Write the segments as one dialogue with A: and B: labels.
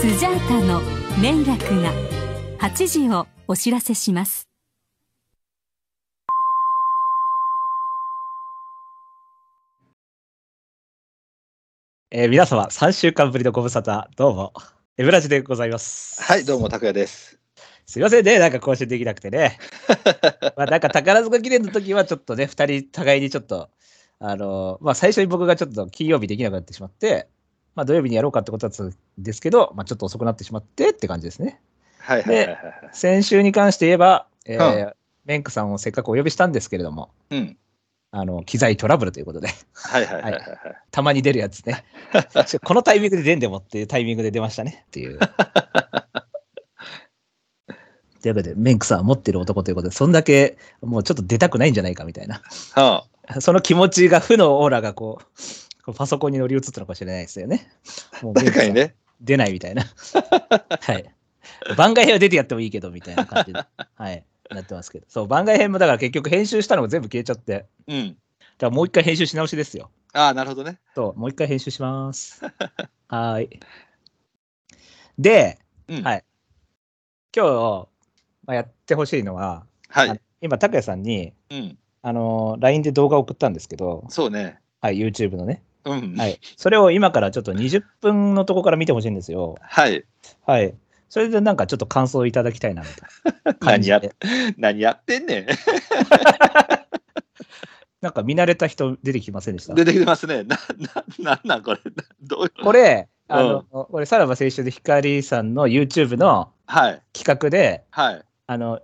A: スジャータの連絡が8時をお知らせします
B: えー皆様、3週間ぶりのご無沙汰、どうも、エブラジでございます。
C: はい、どうも、拓也です。
B: すいませんね、なんか更新できなくて ね。まあなんか宝塚記念の時は、ちょっとね、2人、互いにちょっと、あのーまあ最初に僕がちょっと金曜日できなくなってしまって、まあ土曜日にやろうかってことだったんですけど、まあちょっと遅くなってしまってって感じですね。
C: はいはいはいはい。
B: 先週に関して言えば、えーメンクさんをせっかくお呼びしたんですけれども、
C: うん。
B: あの機材トラブルということで、
C: はいはいはいはい。
B: たまに出るやつ ね。このタイミングで出んでもっていうタイミングで出ましたねって いう。というわけで、メンクさんは持ってる男ということで、そんだけもうちょっと出たくないんじゃないかみたいな。
C: は
B: その気持ちが、負のオーラがこう、こうパソコンに乗り移ったのかもしれないですよね。もう
C: あ、確かに
B: メンクさん
C: ね。
B: 出ないみたいな。はい。番外編は出てやってもいいけどみたいな感じ で、はい、なってますけど。そう、番外編もだから結局編集したのが全部消えちゃって、だか
C: うん。
B: らもう一回編集し直しですよ。
C: ああ、なるほどね。
B: と、もう一回編集します。 はーい。で、
C: うん。
B: はい今日、まあ、やってほしいのは、
C: はい。
B: あ今、拓也さんに、
C: うん。
B: あのー LINE で動画を送ったんですけど、
C: そうね。
B: はい、YouTube のね。
C: うん。
B: は。い。それを今からちょっと20分のとこから見てほしいんですよ。
C: はい。
B: はい。それでなんかちょっと感想をいただきたいな、みたいな感じ
C: 何やっ
B: で。
C: 何やってんねん。
B: なんか見慣れた人出てきませんでした
C: 出てきてますね。な、な、なんなんこれ。どういう。
B: これ、あの、これ、さらば青春で光さんの YouTube の
C: はい。
B: 企画で、
C: はい。
B: あの、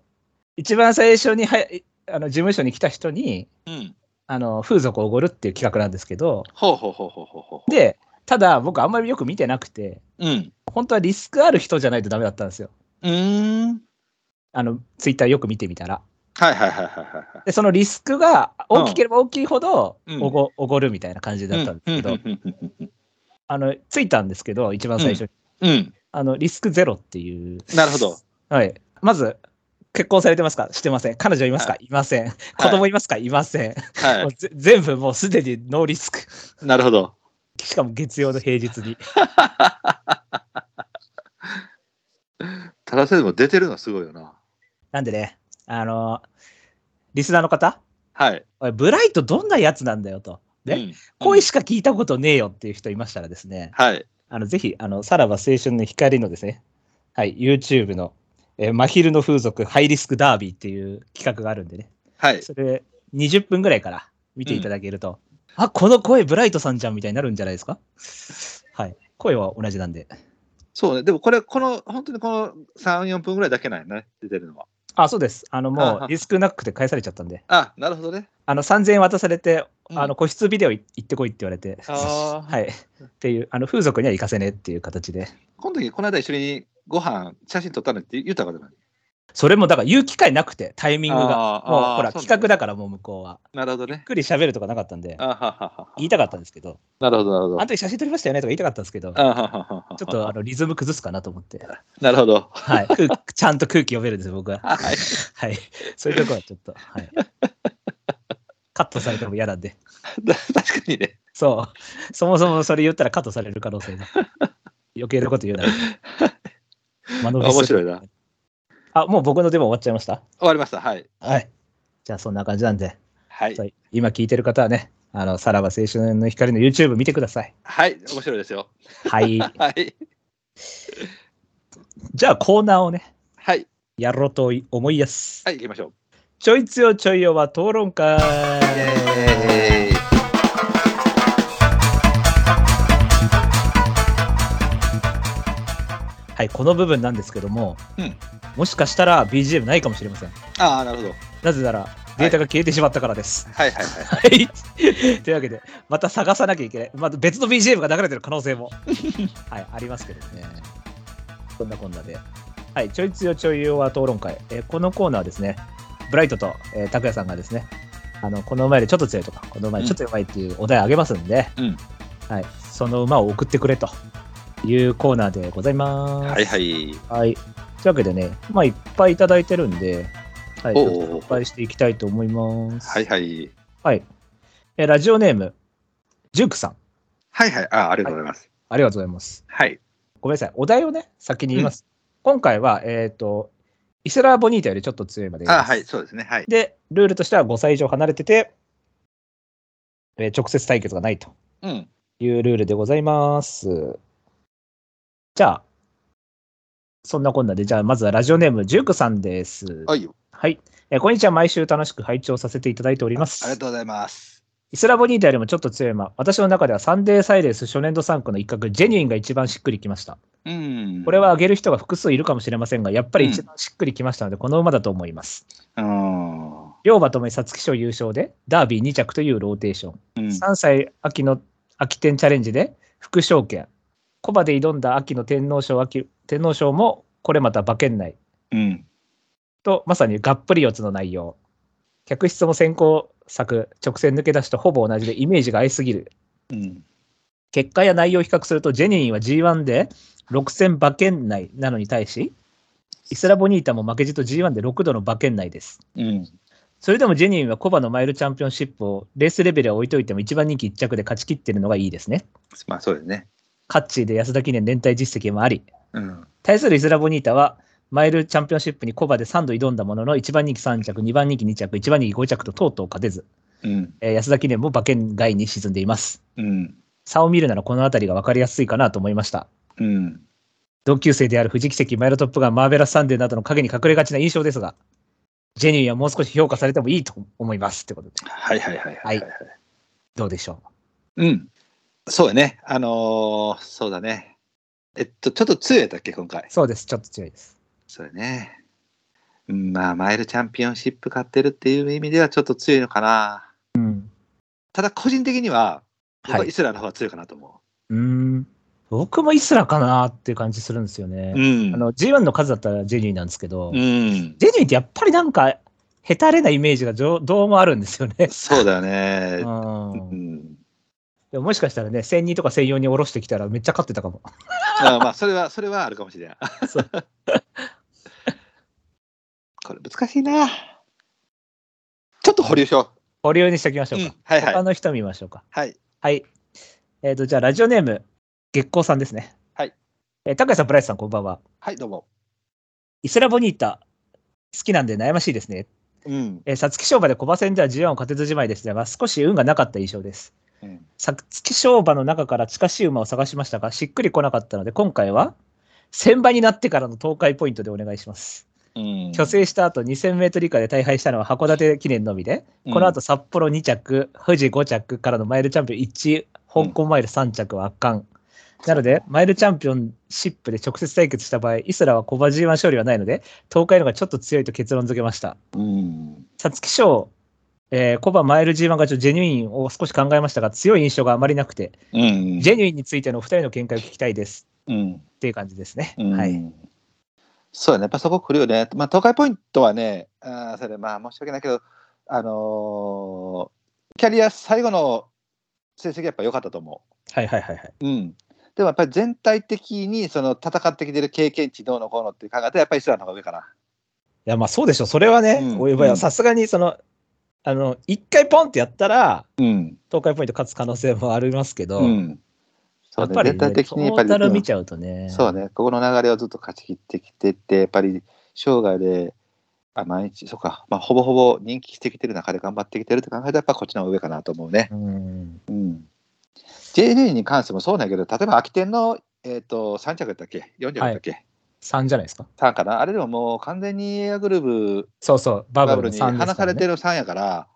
B: 一番最初にはやあの事務所に来た人に、
C: うん。
B: あの、風俗をおごるっていう企画なんですけど、
C: ほうほうほうほうほうほう。
B: で、ただ僕あんまりよく見てなくて、
C: うん。
B: 本当はリスクある人じゃないとダメだったんですよ。
C: うーん。
B: あの、ツイッターよく見てみたら。
C: はいはいはいはいはいはい。
B: で、そのリスクが大きければ大きいほど、
C: うん
B: おご、おごるみたいな感じだったんですけど、
C: うんうんうんうん
B: あの、ついたんですけど、一番最初に。
C: うんうん
B: あの、リスクゼロっていう。
C: なるほ ど。
B: はい。まず、結婚されてますかしてません。彼女いますかいません。子供いますかいません。も
C: は
B: う ぜ全部もうすでにノーリスク。
C: い。なるほど。
B: しかも月曜の平日に。
C: ただせずも出てるのすごいよな。
B: なんでね、あのリスナーの方、
C: はい。
B: おいブライトどんなやつなんだよと。ね
C: うん。
B: 声しか聞いたことねえよっていう人いましたらですね、
C: はい。
B: あのぜひ、あのさらば青春の光のですね、はい、YouTube の、えー真昼の風俗ハイリスクダービーっていう企画があるんでね、
C: はい。
B: それ20分ぐらいから見ていただけると、あこの声ブライトさんじゃんみたいになるんじゃないですか。はい、声は同じなんで。
C: そうね、でもこれ、この、本当にこの3、4分ぐらいだけなんやね、出てるのは。
B: あ、そうです。あの
C: あ
B: も
C: は
B: うリスクなくて返されちゃったんで。
C: あ、なるほどね。
B: あの3000円渡されて、
C: うん
B: あの個室ビデオい行ってこいって言われて、
C: あー
B: はい。っていう、あの風俗には行かせねえっていう形で、
C: この時、この間一緒にご飯写真撮ったのって言ったかとない。
B: それもだから言う機会なくて、タイミングが
C: あ。ー
B: もう
C: あー
B: ほら、
C: そうなん
B: 企
C: だ
B: 画だからもう向こうは。
C: なるほど
B: ゆっ
C: ね。
B: くり喋るとかなかったんで
C: あ、はははは
B: 言いたかったんですけど、
C: なるほど、なる
B: あ
C: ほ
B: の時写真撮りましたよねとか言いたかったんですけど、ち
C: ど。
B: ょ
C: あはははは
B: っとあのリズム崩すかなと思って、
C: なるほど。
B: はい。空ちゃんと空気読めるんですよ、僕は。
C: はい。
B: はい。そういうとこはちょっと、はい。カットされても嫌なんで。
C: だ確かにね。
B: そう。 そもそもそれ言ったらカットされる可能性 が。余計なこと言うなら。間延びする
C: 面白いな。終
B: あ、もう僕のデモ終わっちゃいました
C: わりました。はい。
B: はい。じゃあそんな感じなんで、
C: はい。
B: はい今聞いてる方はね、あの、さらば青春の光の YouTube 見てください。
C: はい。面白いですよ。
B: はい。
C: はい。
B: じゃあコーナーをね、
C: はい。
B: やろうと思いやす。
C: はい、行きましょう。
B: ちょいつよちょいよは討論会。
C: イエーイ
B: はい、この部分なんですけども、
C: うん
B: もしかしたら BGM ないかもしれません。
C: ああ、なるほど。
B: なぜなら、データが消えてしまったからです。
C: はいはいはい。
B: はい。 というわけで、また探さなきゃいけない。また別の BGM が流れてる可能性 も、はい、ありますけどね。こんなこんなで。はい、ちょいつよちょいよは討論会。えーこのコーナーはですね、ブライトと、えー、拓也さんがですね、あの、この前でちょっと強いとか、この前ちょっと弱いっていうお題あげますんで、
C: うん
B: はい、その馬を送ってくれというコーナーでございます。
C: はいはい。
B: はい。というわけでね、まあ、いっぱいいただいてるんで、はい、ち
C: お
B: ょ
C: う
B: っと紹介していきたいと思います。
C: はいはい。
B: はい。えーラジオネーム、ジュークさん。
C: はいはい。あありがとうございます。
B: ありがとうございます。
C: はい。
B: ごめんなさい。お題をね、先に言います。今回は、えっ、と、イスラーボニータよりちょっと強いまで言い
C: あ
B: ます
C: はい、そうですね。はい。
B: で、ルールとしては5歳以上離れてて、えー直接対決がないと
C: うん。
B: いうルールでございます。じゃあ、そんなこんなで、じゃあまずはラジオネーム、ジュークさんです。
C: はいよ。
B: はい。えーこんにちは。毎週楽しく拝聴させていただいております。
C: ありがとうございます。
B: イスラボニータよりもちょっと強いま、私の中ではサンデーサイレンス初年度3区の一角、ジェニインが一番しっくりきました。
C: うん。
B: これは挙げる人が複数いるかもしれませんが、やっぱり一番しっくりきましたので、この馬だと思います。
C: うん。う
B: 両馬ともに皐月賞優勝で、ダービー2着というローテーション。
C: ん。
B: 3歳秋の秋天チャレンジで副賞券。コバで挑んだ秋の天皇賞、秋天皇賞もこれまた馬券内
C: うん。
B: と、まさにがっぷり四つの内容。客室も先行策、直線抜け出しとほぼ同じでイメージが合いすぎる。
C: うん。
B: 結果や内容を比較すると、ジェニーンは G1 で6戦馬券内なのに対し、イスラボニータも負けじと G1 で6度の馬券内です。
C: うん。
B: それでもジェニーンはコバのマイルチャンピオンシップをレースレベルは置いといても一番人気1着で勝ち切ってるのがいいですね。
C: まあ、そうですね。
B: カッチーで安田記念連帯実績もあり、
C: うん。
B: 対するイスラボニータは、マイルチャンピオンシップにコバで3度挑んだものの、1番人気3着、2番人気2着、1番人気5着ととうとう勝てず、
C: うん。
B: えー安田記念も馬券外に沈んでいます。
C: うん。
B: 差を見るならこの辺りが分かりやすいかなと思いました。
C: うん。
B: 同級生である藤木関、マイルトップガン、マーベラスサンデーなどの影に隠れがちな印象ですが、ジェニーはもう少し評価されてもいいと思いますってことで、
C: はいはいはいはい。
B: はいどうでしょ
C: うん。そうだね。あのーそうだね。えっと、ちょっと強いやったっけ、今回
B: う。そうです、ちょっと強いです。
C: そうだね。うんまあ、マイルチャンピオンシップ買ってるっていう意味ではちょっと強いのかな。
B: うん。
C: ただ、個人的には、僕
B: は
C: はいイ。スラの方が強いかなと思
B: うーん。僕もイスラかなっていう感じするんですよね。
C: う。うん。
B: あの G1 の数だったらジェニーなんですけど、
C: うん。
B: ジェニーってやっぱりなんか、へたれなイメージがどうどうもあるんですよね。
C: そうだよ
B: う、
C: ね。うんん。
B: でももしかしたらね、1002とか1004に下ろしてきたらめっちゃ勝ってたかも。
C: あまあ、それは、それはあるかもしれない。
B: そう
C: これ難しいな。ちょっと保留しよ
B: 保留にしておきまし
C: う。
B: ょう
C: う
B: か。
C: ん、はいは
B: 他
C: い。
B: の人見ましょうか。
C: はい。
B: はい。えっ、と、じゃあラジオネーム、月光さんですね。
C: はい。
B: えー、高谷さん、ブライスさん、こんばんは。
C: はい、どうも。
B: イスラボニータ、好きなんで悩ましいですね。
C: うん。
B: えー、皐月賞馬で小馬戦では G1 を勝てずじまいでしたが、少し運がなかった印象です。
C: うん
B: 皐月賞馬の中から近しい馬を探しましたが、しっくり来なかったので、今回は、1000倍になってからの東海ポイントでお願いします。
C: うん。
B: 去勢した後、2000メートル以下で大敗したのは函館記念のみで、この後札幌2着、富士5着からのマイルチャンピオン1、香港マイル3着は圧巻。なので、マイルチャンピオンシップで直接対決した場合、イスラは小馬 G1 勝利はないので、東海の方がちょっと強いと結論付けました。
C: うん。
B: 皐月賞、えー、コバマイル G1 勝ちのジェニュインを少し考えましたが、強い印象があまりなくて、
C: うん。
B: ジェニュインについてのお二人の見解を聞きたいです
C: うん。
B: っていう感じですね。
C: うん
B: はい。。
C: そうだね、やっぱそこ来るよね。まあ、東海ポイントはね、あーそれまあ申し訳ないけど、あのーキャリア最後の成績やっぱ良かったと思
B: はいはいはいはい。
C: う。うん。でもやっぱり全体的にその戦ってきてる経験値どうのこうのっていう考えたらやっぱりイスラの方が上かな。
B: いやまあそうでしょ。それはね、
C: うん
B: おいばや
C: うん
B: さすがにその、あの、一回ポンってやったら、
C: うん。
B: 東海ポイント勝つ可能性もありますけど、
C: うん。そ
B: や
C: う
B: っ
C: ね
B: ぱり、ね、
C: 全体的にやっぱり、
B: トータル
C: うん
B: 見ちゃうとね。
C: そうね、ここの流れをずっと勝ち切ってきてって、やっぱり生涯で、あ毎日、そうか、まあ、ほぼほぼ人気してきてる中で頑張ってきてるって考えたら、やっぱこっちの方が上かなと思うね。
B: うん。
C: うん、JD に関してもそうなんやけど、例えば空き店の、えー、と3着だったっけ、4着だったっけ、
B: 3じゃないですか。
C: 3かな、あれでももう完全にエアグルーブ
B: そうそう、バ
C: バ
B: ブ
C: ブル
B: ル
C: に
B: の3ですから、ね。
C: 離されてる3やから、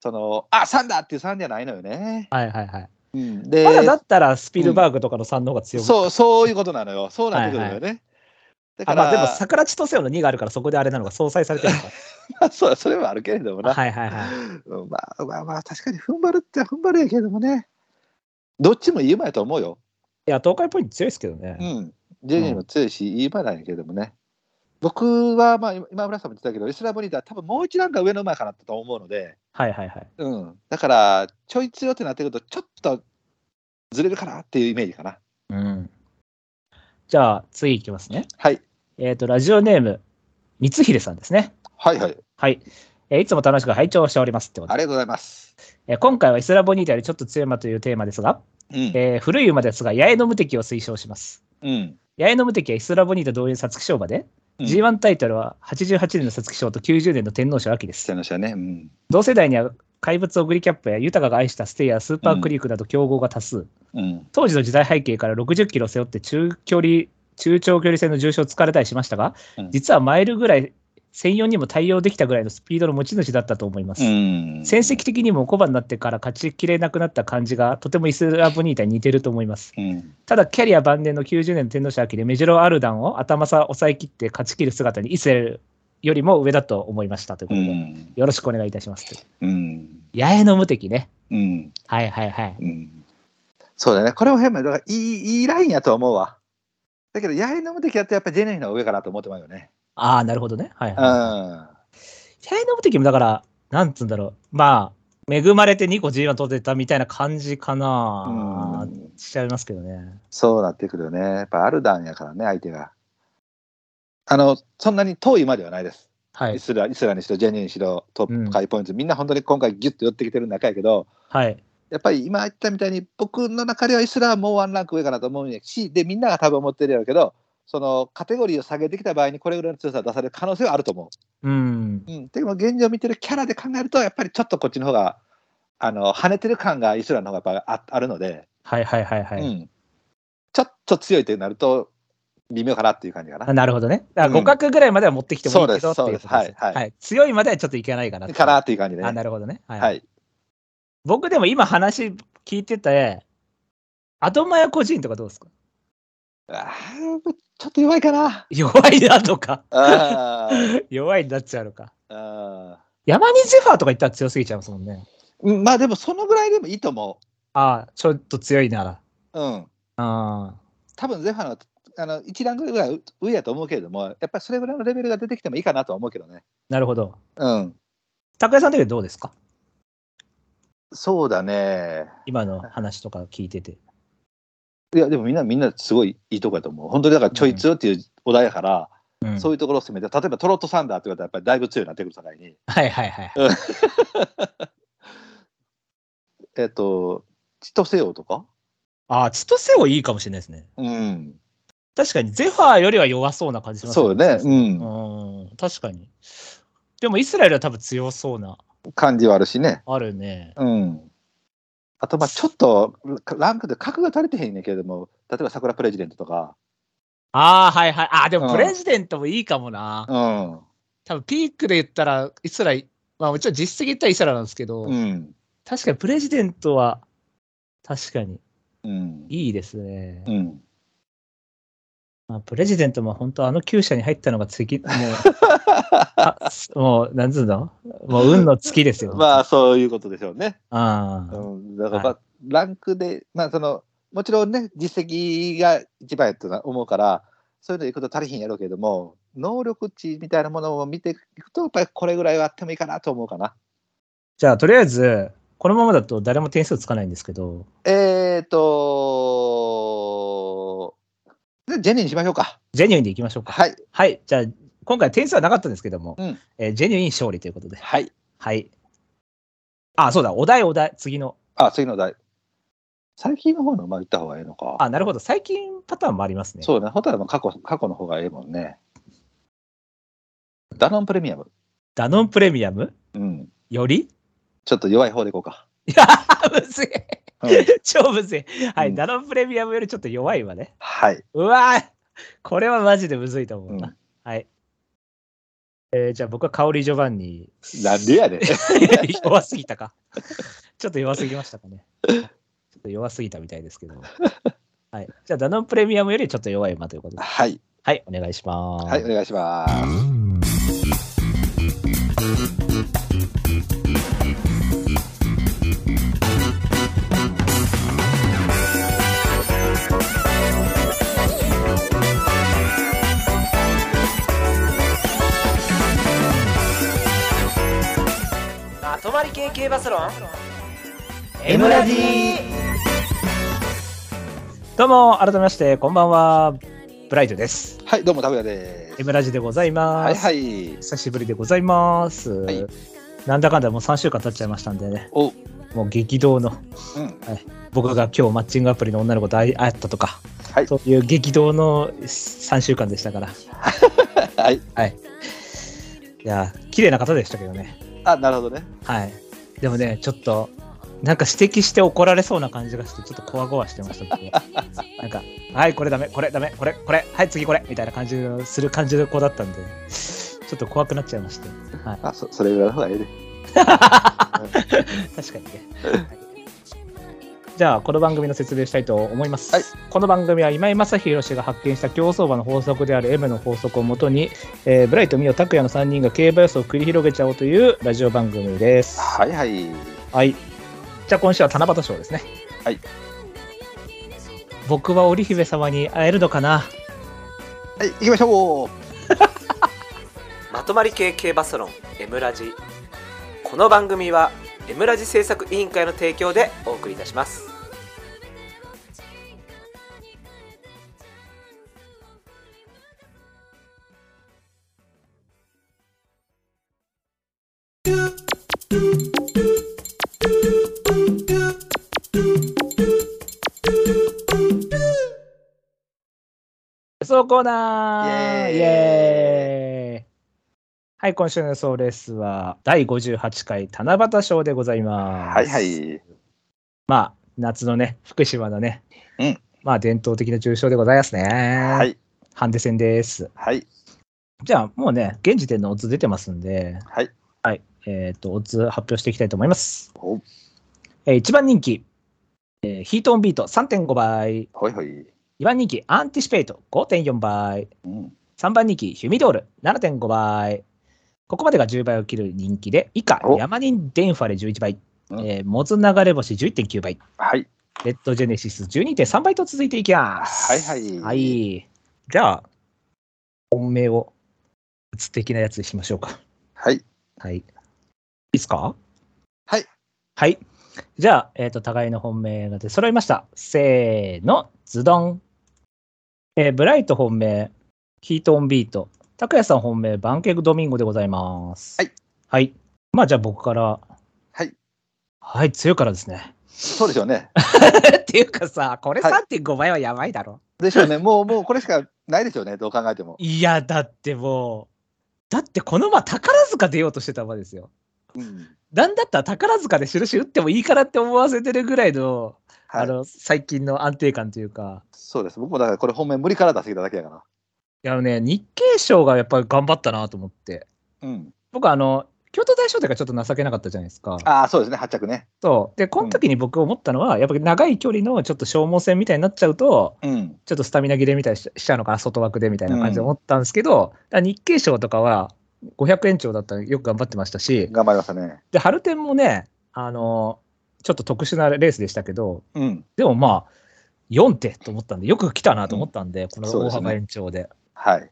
C: そのあ3だっていう3じゃないのよね。
B: はいはいはい。
C: うん、で
B: まだだったらスピルバーグとかの3の方が強い。
C: そうそういうことなのよ、そうなってくるのよね。だ
B: あ
C: から、
B: まあでも桜地とせよの2があるからそこであれなのが相殺されてるの
C: そうだそれはあるけれども
B: か。
C: な、
B: はいはいはい。
C: うんまあまあまあ確かに踏ん張るって踏ん張るやけれどもねどっちもいい馬やと思うよ、
B: いや、東海ポイント強いですけど
C: う
B: ね。
C: ん、ジェニーも強いし、いい馬なんやけれどもね僕はまあ今今村さんも言ってたけどイスラムリーダー多分もう一段階上の馬かなと思うので、
B: はいはいはい。
C: うん、だからちょい強ってなってくるとちょっとずれるかなっていうイメージかな
B: うん。じゃあ、次いきますね。
C: はい
B: えっ、と、ラジオネーム、光秀さんですね。
C: はいはい
B: はい。えーいつも楽しく拝聴しておりますってこと
C: あ
B: で、
C: りがとうございます。
B: えー今回はイスラボニータよりちょっと強い馬というテーマですが、
C: うん。
B: えー古い馬ですが、八重の無敵を推奨します。
C: うん。
B: 八重の無敵はイスラボニータ同様皐月賞馬で、
C: うん
B: G1 タイトルは88年の皐月賞と90年の天皇賞秋です。
C: してましたね。うん。
B: 同世代には怪物オグリキャップや豊が愛したステイやスーパークリークなど競合が多数、
C: うん。
B: 当時の時代背景から60キロ背負って中距離中長距離戦の重傷を突かれたりしましたが、
C: うん
B: 実はマイルぐらい専用にも対応できたぐらいのスピードの持ち主だったと思います、
C: うん。
B: 戦績的にも小判になってから勝ちきれなくなった感じがとてもイスラブニータに似てると思います
C: うん。
B: ただキャリア晩年の90年の天皇賞秋でメジロ・アルダンを頭さ抑え切って勝ち切る姿にイセルよりも上だと思いましたというこ
C: う
B: とで、
C: ん。
B: よろしくお願いいたしますと
C: うん。
B: 八重の無敵ね
C: うん。
B: はいはいはい
C: うんそうだね。これも変な、だからいい、いいラインやと思うわ。だけど、八重の無敵やってやっぱりジェネリーの方が上かなと思ってまうよね。
B: ああなるほどねはい、
C: う
B: はい、
C: ん。
B: 八重の無敵もだからなんつうんだろうまあ恵まれて2個 G1 取ってたみたいな感じかな、
C: うん
B: しちゃいますけどね
C: そうなってくるよね。やっぱアルダンやからね、相手が。あの、そんなに遠いまではないです。
B: は
C: イ
B: い
C: スライスラにしろ、ジェニーにしろ、ト
B: う
C: ッ
B: ん
C: プハイポイント、みんな本当に今回ギュッと寄ってきてる中やけど、
B: はい
C: やっぱり今言ったみたいに、僕の中ではイスラはもうワンランク上かなと思うんやし、で、みんなが多分思ってるやろうけど、そのカテゴリーを下げてきた場合にこれぐらいの強さを出される可能性はあると思う。
B: うん
C: うん、でも現状見てるキャラで考えると、やっぱりちょっとこっちの方が、あの跳ねてる感がイスラの方がやっぱああるので、
B: はいはいはいはい、
C: うん、ちょっと強いってなると、微妙かなっていう感じか
B: あ
C: な。
B: なるほどね。だから
C: うん
B: 互角ぐらいまでは持ってきてもいいけどって
C: そう
B: い
C: で
B: うこ
C: す
B: と
C: そう
B: で
C: です
B: ね。
C: すはいはい
B: はい強いまではちょっといけないかなって
C: かなっていう感じで
B: あ、
C: ね。
B: なるほどね。はい。
C: はい、
B: 僕でも今話聞いてて、アドマヤ個人とかどうですか
C: あーちょっと弱い かな。
B: 弱いなとか、
C: あー
B: 弱いになっちゃうのか。
C: あ
B: 山にジェファーとか言ったら強すぎちゃいますもんね。
C: ーうんまあでも、そのぐらいでもいいと思
B: ああ、ちょっと強いなら。
C: う。うん、
B: あ
C: 多分ゼファーのあの1ランクぐらい上やと思うけれども、やっぱりそれぐらいのレベルが出てきてもいいかなとは思うけどね。
B: なるほど。
C: うん、
B: 高井さん的にはどうですか
C: そうだね。
B: 今の話とか聞いてて。
C: いやでもみんなみんなすごいいいとこやと思う。本当にだからちょい強っていうお題やから、
B: うん
C: そういうところを攻めて、例えばトロットサンダーってことはやっぱりだいぶ強いなってくるさかいに、
B: はいはいはい。
C: えっ、と、千歳王とか、
B: ああ、千歳をいいかもしれないですね。
C: うん、
B: 確かに、ゼファーよりは弱そうな感じします
C: そうよね、うん、
B: うん、確かに。でもイスラエルは多分強そうな、
C: 感じはあるしね。
B: あるね。
C: うん、あと、まあちょっとランクで格が足りてへんねんけれども、例えば桜プレジデントとか、
B: ああ、はいはい。ああ、で
C: う
B: も
C: ん
B: プレジデントもいいかもな。
C: うん、
B: 多分ピークで言ったら、イスラエル、まあもちろん実績言ったらイスラエルなんですけど、
C: うん、
B: 確かにプレジデントは、確かに
C: うん、
B: いいですね。
C: うん、
B: まあ、プレジデントも本当あの厩舎に入ったのが 次、もう、あすもう、なんつうのもう運の月ですよ。
C: まあ
B: あ
C: そういうことでしょうね。
B: あー、
C: うん、だから、まあランクで、まあ、そのもちろんね実績が一番やと思うからそういうのいくと足りひんやろうけども能力値みたいなものを見ていくとやっぱりこれぐらいはあってもいいかなと思うかな。
B: じゃあ、とりあえず、このままだと誰も点数つかないんですけど、
C: えーとでジェニーにしましょうか。
B: ジェニューンでいきましょうか。
C: はい。
B: はい、じゃあ、今回点数はなかったんですけども、
C: うん
B: えージェニューイン勝利ということで、
C: はい。
B: はい。あ、そうだ、お題、お題、次の。
C: あ次の題。最近の方のまあ言った方がいいのか。
B: あ、なるほど、最近パターンもありますね。
C: そうね。ホタルも過去過去の方がええもんね。ダノンプレミアム。
B: ダノンプレミアム
C: うん。
B: より
C: ちょっと弱い方でいこうか。
B: いやー、むずい。
C: うん
B: 超むずい。はい、
C: うん
B: ダノンプレミアムよりちょっと弱いわね。
C: はい。
B: うわー、これはマジでむずいと思うな。
C: うん
B: はい。えーじゃあ僕は香りジョバンニ
C: なんでやねん。
B: 弱すぎたか。ちょっと弱すぎましたかね。ちょっと弱すぎたみたいですけど。はい、じゃあ、ダノンプレミアムよりちょっと弱い馬ということで。
C: はい。
B: はい、お願いします。
C: はい、お願いします。
B: まとまり系系バスロン
C: M ラジ
B: どうも改めましてこんばんはプライドです。
C: はい、どうも、タブヤです。
B: エムラジでございます。
C: はいはい。
B: 久しぶりでございます、
C: い
B: なんだかんだもう3週間経っちゃいましたんでね、
C: お、うん。
B: もう激動の、僕が今日マッチングアプリの女の子と会い会ったとか、
C: はい
B: そういう激動の3週間でしたから、い
C: はい。
B: や、綺麗な方でしたけどね。
C: あ、なるほどね。
B: はい。でもね、ちょっと、なんか指摘して怒られそうな感じがして、ちょっとこわごわしてました、 僕はなんか、はい、これダメ、これダメ、これ、これ、はい、次これ、みたいな感じのする感じの子だったんで、ちょっと怖くなっちゃいました。はい。
C: あ、そそれぐらいの方がいいね。
B: 確かにね。じゃあ、この番組の説明したいと思います。
C: はい
B: この番組は今井正弘氏が発見した競走馬の法則である M の法則をもとに、えーブライト、ミオ、拓也の3人が競馬予想を繰り広げちゃおうというラジオ番組です。
C: はいはい。
B: はい。じゃあ、今週は七夕賞ですね。
C: はい。
B: 僕は織姫様に会えるのかな
C: はい、行きましょう。
D: まとまり系系バソロン「エムラジ」この番組は「エムラジ」制作委員会の提供でお送りいたします
B: 予想コーナー
C: イエーイ
B: イエーイはい、今週の予想レースは、第58回七夕賞でございます。
C: はいはい。
B: まあ、夏のね、福島のね、
C: うん
B: まあ、伝統的な重賞でございますね。は。
C: はいい。
B: ハンデ戦です。
C: はい。
B: じゃあ、もうね、現時点のオッズ出てますんで、
C: はい。
B: はい。えっ、と、オッズ発表していきたいと思います。
C: お
B: えー、1番人気、えーヒートオンビート3.5倍。
C: ほいほい。
B: 2番人気、アンティシペイト5.4倍。
C: うん。
B: 3番人気、ヒュミドール7.5倍。ここまでが10倍を切る人気で、以下、
C: お
B: ヤマニン・デンファレ11倍、
C: うん
B: えーモズ流れ星11.9倍、
C: はい。
B: レッドジェネシス12.3倍と続いていきます。
C: はいはい
B: はい。じゃあ、本命を、打つ的なやつにしましょうか。
C: はい。
B: はい。いいっすか
C: はい。
B: はい。じゃあ、えっ、と、互いの本命が出揃いました。せーの、ズドン。えーブライト本命、ヒートオンビート。拓也さん本命、バンケークドミンゴでございます。
C: はい。
B: はい。まあ、じゃあ僕から。
C: はい。
B: はい、強いからですね。
C: そうでしょうね。
B: っていうかさ、これ
C: はい
B: 3.5倍はやばいだろ。
C: でしょうね。もう、もう、これしかないでしょうね。どう考えても。
B: い、や、だってもう、だってこの馬、宝塚出ようとしてた馬ですよ。
C: うん。
B: なんだったら宝塚で印打ってもいいからって思わせてるぐらいの、
C: は
B: あ
C: い。
B: の最近の安定感というか、
C: そうです。僕もだから、これ本命無理から出してきただけやか
B: いやあのね、日経賞がやっぱり頑張ったなと思って、
C: ら。うん。
B: 僕、あの京都大賞とかちょっと情けなかったじゃないですか。
C: ああ、そうですね。発着ね。
B: そうで、この時に僕思ったのは、やっぱり長い距離のちょっと消耗戦みたいになっちゃうと、
C: うん。
B: ちょっとスタミナ切れみたいにししちゃうのかな、外枠でみたいな感じで思ったんですけど、だから日経賞とかは500円超だったらよく頑張ってましたし、
C: 頑張りましたね。
B: で春天もね、あのちょっと特殊なレースでしたけど、
C: うん。
B: でもまあ、4手と思ったんで、よく来たなと思ったんで、この
C: そう
B: 大
C: ですね
B: 幅延長で。
C: はい。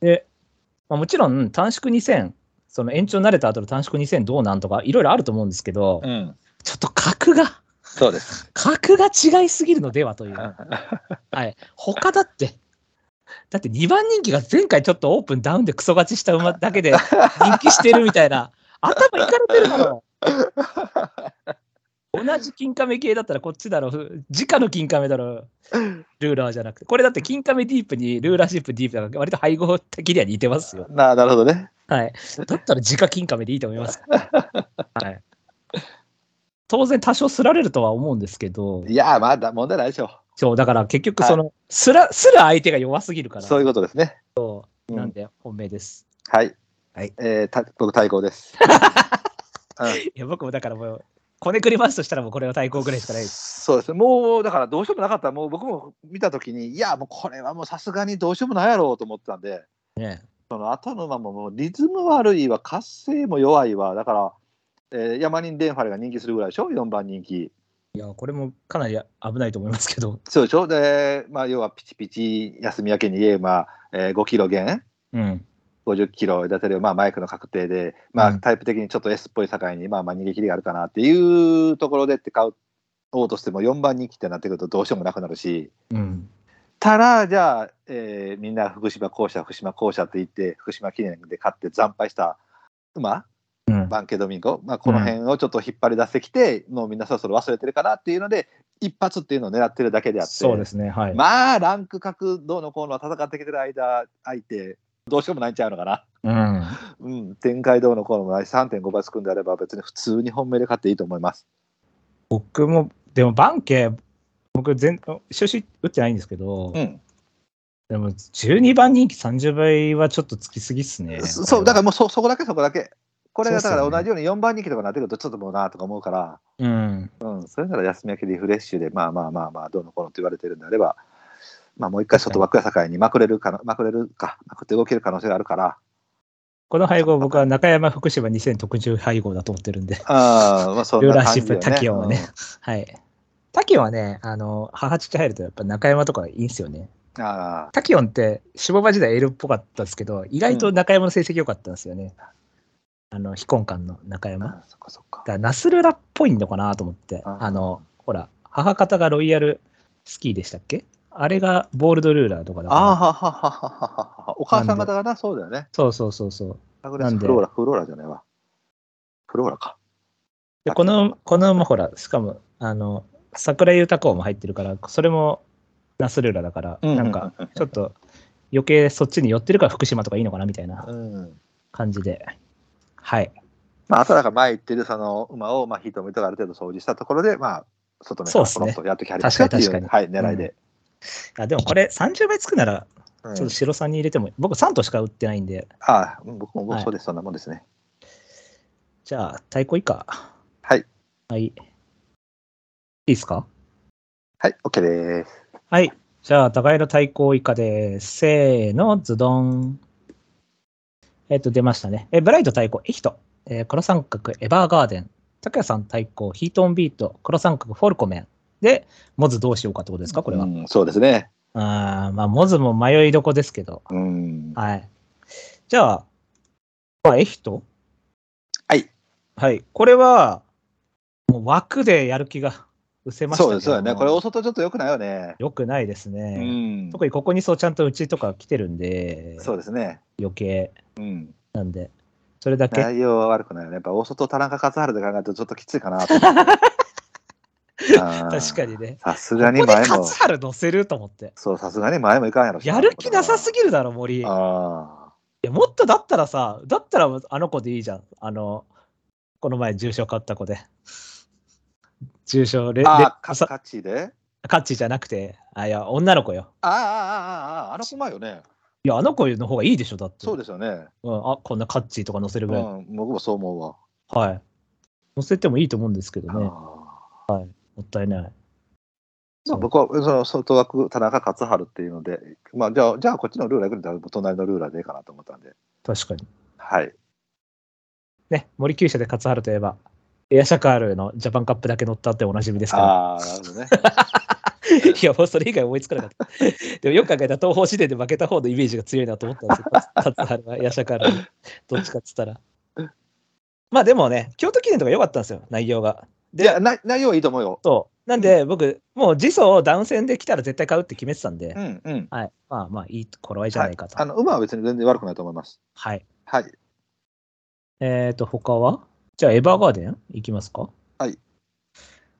B: まあ、もちろん、短縮2000、その延長慣れた後の短縮2000どうなんとか、いろいろあると思うんですけど、
C: うん。
B: ちょっと格が、
C: そうです。
B: 格が違いすぎるのではという。
C: は
B: はい。他だって、だって2番人気が前回ちょっとオープンダウンでクソ勝ちした馬だけで人気してるみたいな、頭いかれてるだろ。同じ金亀系だったらこっちだろう、直の金亀だろう、ルーラーじゃなくて、これだって金亀ディープにルーラーシップディープだから、割と配合的には似てますよ。
C: ななるほどね。
B: はい、だったら直金亀でいいと思います。はい、当然、多少すられるとは思うんですけど、
C: いやー、まだ問題ないでしょ
B: そうだから結局その、すら、すら相手が弱すぎるか
C: う。
B: ら、
C: そういうことですね。うん
B: なんで本命です。
C: はい。
B: はい
C: えーた僕、対 抗です。
B: いや僕もだからもう、こねくりますとしたら、もうこれは対抗ぐらいしかないです。
C: そうですね、もうだからどうしようもなかったら、もう僕も見たときに、いや、もうこれはもうさすがにどうしようもないやろうと思ってたんで、
B: ね、
C: その後の馬ももうリズム悪いわ、活性も弱いわ、だから、えー、ヤマニン・デンファレが人気するぐらいでしょ、4番人気。
B: いや、これもかなり危ないと思いますけど、
C: そうでしょ、で、まあ、要はピチピチ休み明けにゲームは、えー5キロ減、
B: うん、
C: 50キロ出せる、まあ、マイクの確定で、
B: う
C: まあ、
B: ん
C: タイプ的にちょっと S っぽい境に、まあ、まあ逃げ切りがあるかなっていうところでって買おうとしても、4番人気ってなってくるとどうしようもなくなるし。
B: うん、
C: たら、じゃあ、えーみんな福島校舎、福島校舎って言って、福島記念で勝って惨敗した馬、
B: うん
C: バンケドミンゴ、まあ、この辺をちょっと引っ張り出してきて、もうみんなそろそろ忘れてるかなっていうので、一発っていうのを狙ってるだけであって、
B: そうですね、はい。
C: まあ、ランク格どうのこうの戦ってきてる間、相手、どうしようもないんちゃうのかな。
B: うん、
C: うん、展開どうのこうのもないし、3.5倍つくんであれば、別に普通に本命で勝っていいと思います。
B: 僕も、でも、バンケ、僕全、終始打ってないんですけど、
C: うん、
B: でも、12番人気30倍はちょっとつきすぎっすね。
C: そそう、だからもうそそこだけ、そこだけ。これが
B: そ
C: だ
B: うっす
C: か
B: よね
C: ら同じように4番人気とかなってくると、ちょっともうなとか思うから、
B: ら、うん、
C: うん、それなら休み明けリフレッシュで、まあまあまあまあ、どうのこうのって言われてるんであれば、まあ、もう一回、外枠や境にまくれるかな、まくれるか、まくって動ける可能性があるから、
B: この配合、僕は中山福島2000特重配合だと思ってるんで、
C: あーまあ、そん
B: ルー
C: な
B: ラー
C: 感
B: シ
C: じ
B: ッ
C: よ
B: プ、
C: ね。
B: タキオはね
C: うん、
B: はい。タキオはね、あの、母父入るとやっぱ中山とかいいんすよね。
C: あ
B: タキオンって、下馬時代エールっぽかったですけど、意外と中山の成績良かったんですよね。あの、非婚間の中
C: ー
B: 山。だ
C: あー、そっかそっか。
B: からナスルラっぽいのかなと思って、
C: あ
B: あの、ほら、母方がロイヤルスキーでしたっけあれがボールドルーラーとかだから
C: ああ、はははははは。お母さん方がな、そうだよね。
B: そうそうそうそう。
C: サグラス
B: なんで
C: フローラ、フローラじゃないわ。フローラか。
B: で、この、この馬ほら、しかも、あの、桜井豊公も入ってるから、それもナスルーラだから、
C: うん
B: なんか、ちょっと余計そっちに寄ってるから福島とかいいのかなみたいな
C: うん。
B: 感じで。はい。
C: まあ、あとだから前言ってるその馬を、まあ、火と水とかある程度掃除したところで、まあ、外目からポロッとやっときはりますよっていう、
B: そうっすね
C: はい、
B: かに
C: 狙いで。
B: あでもこれ30倍つくなら、
C: うん
B: ちょっと白さんに入れても、僕3頭しか売ってないんで、
C: ああ、うん僕も僕も
B: はい
C: そうです、そんなもんですね。
B: じゃあ、太鼓以下。
C: はい。
B: はい。いいですか
C: はい、OK です。
B: はい。じゃあ、互いの対抗以下です。せーの、ズドン。えっ、と、出ましたね。え、ブライト対抗、エヒト。えー黒三角、エバーガーデン。拓也さん対抗、ヒートオンビート。黒三角、フォルコメン。で、モズどうしようかってことですか、これは。
C: うん、そうですね。
B: あーまあ、モズも迷いどこですけど。
C: うん。
B: はい。じゃあ、まあ、エヒト
C: はい。
B: はい。これは、もう枠でやる気が失せましたけ
C: そう
B: ど
C: ですよね。これ、お外ちょっと良くないよね。
B: よくないですね。
C: うん。
B: 特にここにそうちゃんとうちとか来てるんで、
C: そうですね。
B: 余計
C: うん。
B: なんで、それだけ、
C: 内容は悪くないよね。やっぱ大外田中勝春で考えるとちょっときついかなと思 って。
B: 確か
C: に。
B: にね。
C: さす
B: こ
C: が
B: こ
C: に
B: で
C: 前も
B: 勝。春乗せると思って。
C: そう、さすがに前もいかんやろ。
B: やる気なさす
C: ぎ
B: ぎるだろ、森。いや
C: あ
B: もっとだったらさ、だったらあの子でいいじゃん。あの、この前重症買った子で。重症レ、
C: ーあー、
B: レ
C: か
B: さ
C: 勝ちで
B: カッチじゃなくて、あ、いや、女の子よ。
C: あーあー、あーあー、あの子まよね。
B: いや、あの子の方がいいでしょ、だって。
C: そうですよね。
B: うん、あ、こんなカッチとか乗せる
C: う
B: ぐらい。
C: ん、僕もそう思うわ。
B: はい。乗せてもいいと思うんですけどね。も
C: あ
B: ったいない。
C: ーまあ、僕はその外枠、田中勝春っていうので、まあ、じゃあ、じゃあこっちのルーラー行くんだったら、隣のルーラーでいいかなと思ったんで、
B: 確かに。
C: はい。
B: ね、森厩舎で勝春といえば、エアシャカールのジャパンカップだけ乗ったっておなじみですから。
C: ああ、なるほどね。
B: いや、もうそれ以外思いつかなかった。でもよく考えたら東方四伝で負けた方のイメージが強いなと思ったんですよ。 勝春はエアシャカールに。どっちかっつったら。まあでもね、京都記念とか良かったんですよ、内容が。
C: いや、な内容はいいと思うよ。
B: そう。なんで僕、もう次走をダウン戦で来たら絶対買うって決めてたんで、
C: うんうん。
B: はい。まあまあ、いい頃合いじゃないかと。は
C: あ
B: い。
C: の馬は別に全然悪くないと思います。はい。
B: えっ、ー、と、他はじゃあ、エヴァーガーデンいきますか
C: はい。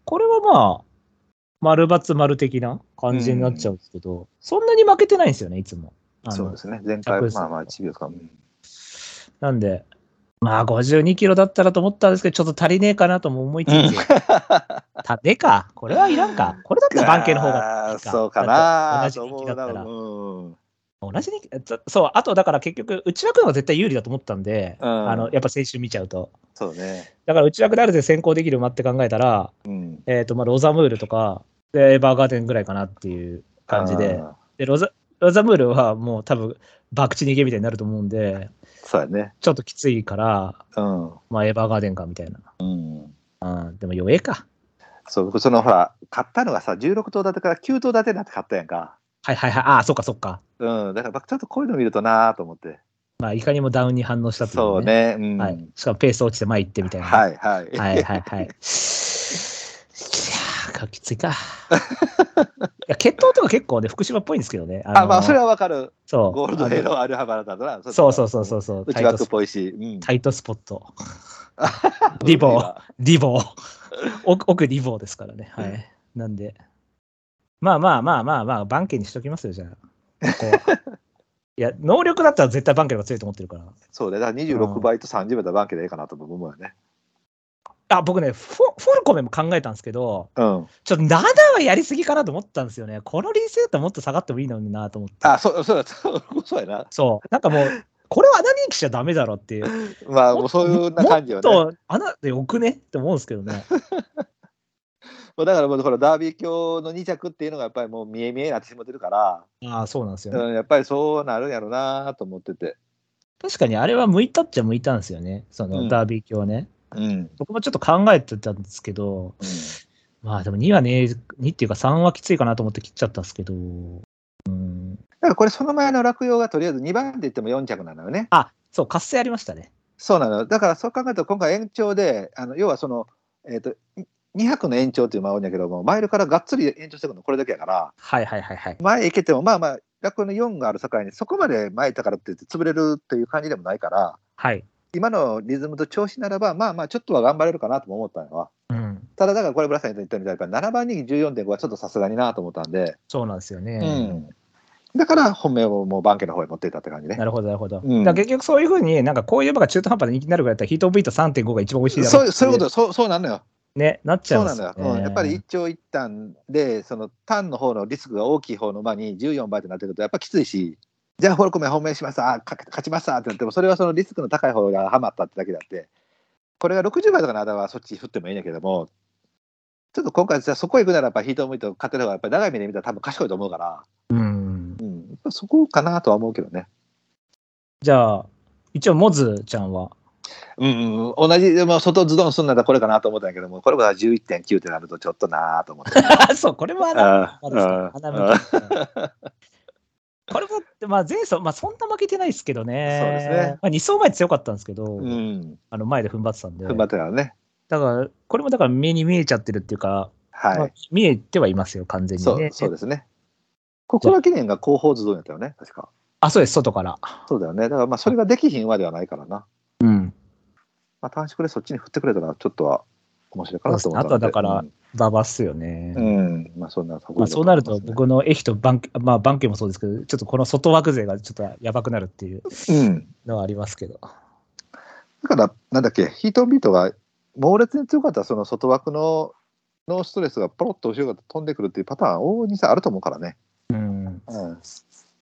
B: これはまあ、丸×丸的な感じになっちゃうんですけど、そんなに負けてないんですよね、いつも。あの
C: そうですね。前回、
B: 100です
C: まあまあ、1秒か。うん
B: なんで、まあ、52キロだったらと思ったんですけど、ちょっと足りねえかなとも思いつつ、 足りねえか。これはいらんか。これだったらバンケの方がいい
C: あーそうかな
B: だっ
C: ー
B: て
C: と
B: 同じ
C: 思
B: 人
C: う
B: 気
C: な
B: だったら。
C: うん
B: 同じに、そそう、あとだから結局、内枠の方が絶対有利だと思ったんで、
C: うん
B: あのやっぱ青春見ちゃうと。
C: そうね。
B: だから内枠である程度先行できる馬って考えたら、
C: うん。
B: えっ、と、まあ、ロザムールとか、で、エヴァーガーデンぐらいかなっていう感じで
C: あ、ー。
B: でロザ、ロザムールはもう多分、博打逃げみたいになると思うんで、
C: そうやね。
B: ちょっときついから、
C: うん。
B: まあ、エヴァーガーデンかみたいな。
C: うん。
B: うん、でも弱えか。
C: そう、僕、そのほら、買ったのがさ、16頭建てから9頭建てになって買ったやんか。
B: はいはいはい、ああ、そっかそっか。
C: うん。だから、ちょっとこういうの見るとなーと思って。
B: まあ、いかにもダウンに反応したってい
C: そう。ね。うん。
B: は
C: はい
B: い。しかもペース落ちて前行ってみたいな。
C: はい。
B: はいはいはい。いやーか、き ついか。いや、血統とか結構ね、福島っぽいんですけどね。あ
C: あ、
B: の
C: まあ、それはわかる。
B: そう。
C: ゴールドヘロアルハバラだとな。
B: そうそうそうそうそう。タ
C: 内
B: イト
C: 枠
B: ス
C: っぽいし。うん。
B: タイトスポット。 リボー。リボー。奥、奥リボーですからね。は
C: うん
B: い。なんで。まあまあまあまあまあ、番家にしときますよ、じゃあ。ここは いや、能力だったら絶対番家の方が強いと思ってるから。
C: そうだね。だから26倍と30倍だバンケでいいかなとも思うよね。
B: あ、僕ね、フォフォルコメも考えたんですけど、
C: うん。
B: ちょっと7はやりすぎかなと思ったんですよね。この臨戦だったらもっと下がってもいいのになと思って。
C: あ、そう、そうだ、そうそうやな。
B: そう。なんかもう、これは穴にきしちゃダメだろっていう。
C: まあ、もうそういうな感じよね。
B: もっと穴で置くねって思うんですけど ね。
C: もうだからもうほらダービー卿の2着っていうのがやっぱりもう見え見えになってしまってるから、
B: ああ、そうなんですよね。
C: うん、やっぱりそうなるんやろうなと思ってて、
B: 確かにあれは向いたっちゃ向いたんですよね。そうの
C: ん
B: ダービー卿ね。
C: うんうん、
B: 僕もちょっと考えてたんですけど、まあでも2はね、2っていうか3はきついかなと思って切っちゃったんですけど、うん。
C: だからこれその前の落葉がとりあえず2番で言っても4着なのよね
B: あ、そう、活性ありましたね。
C: そうなのだからそう考えると今回延長であの要はその、えー、と200の延長っていうのもあるんやけどもマイルからがっつり延長していくのこれだけやから
B: はいはいはいはい。
C: 前行けてもまあまあ落葉の4がある境にそこまで前行ったからって言って潰れるっていう感じでもないから
B: はい。
C: 今のリズムと調子ならばまあまあちょっとは頑張れるかなとも思ったのは。
B: うん。
C: ただだからこれ村さん言ったみたいに7番に14.5はちょっとさすがになと思ったんで、
B: そうなんですよね。
C: うんだから本命をもうバンケの方へ持っていったって感じね
B: な。るほど、なるほど。
C: うん
B: だから結局そういうふうに、なんかこういうのが中途半端で人気になるぐらいだったら、ヒートビート3.5が一番美味しいだろ
C: そう
B: って
C: そういうことそうそうなのよ。
B: ね、なっちゃ
C: そううん
B: で
C: な
B: す
C: のよ
B: よ、、
C: うんやっぱり
B: ね
C: 一長一短でその単の方のリスクが大きい方の馬に14倍ってなってくるとやっぱきついしじゃあフォルコメン本命しますあか勝ちますってなってもそれはそのリスクの高い方がハマったってだけだってこれが60倍とかの間はそっち振ってもいいんだけどもちょっと今回じゃあそこ行くならやっぱヒートを向いて勝てる方がやっぱり長い目で見たら多分賢いと思うから、
B: うん。
C: うん、やっぱそこかなとは思うけどね。
B: じゃあ、一応、モズちゃ んは、
C: うんうんうん、同じでも外ズドンすんならこれかなと思ったんやけどもこれが11.9ってなるとちょっとなー と思って。
B: あそう、これも穴
C: あ
B: まだ
C: あ
B: ですね穴向きうんこれも、まあ、前走、まあ、そんな負けてないですけどね。
C: そうですね
B: まあ、2走前強かったんですけど、
C: うん、
B: あの前で踏ん張ってたんで。
C: 踏ん張ってたらね。
B: だから、これもだから目に見えちゃってるっていうか、
C: はい、
B: まあ見えてはいますよ、完全に
C: そう
B: ね。
C: そうですね。ここだ記念が後方図どうやったよね、確か。
B: あ、そうです、外から。
C: そうだよね。だからまあそれができひんわではないからな。
B: うん。
C: まあ、短縮でそっちに振ってくれたらちょっとは面白いかなと思った
B: そうですねあとはだから馬場っすよね。
C: うん、うんまあそんなところ
B: まあ、
C: で
B: そうなると、僕の駅とバン、まあ、バンケもそうですけど、ちょっとこの外枠勢がちょっとやばくなるっていう
C: うん。
B: のはありますけど。
C: だから、なんだっけ、ヒートビートが猛烈に強かったらその外枠のノーストレスがポロッと後ろから飛んでくるっていうパターン、往々にさあると思うからね。
B: うん。
C: うん。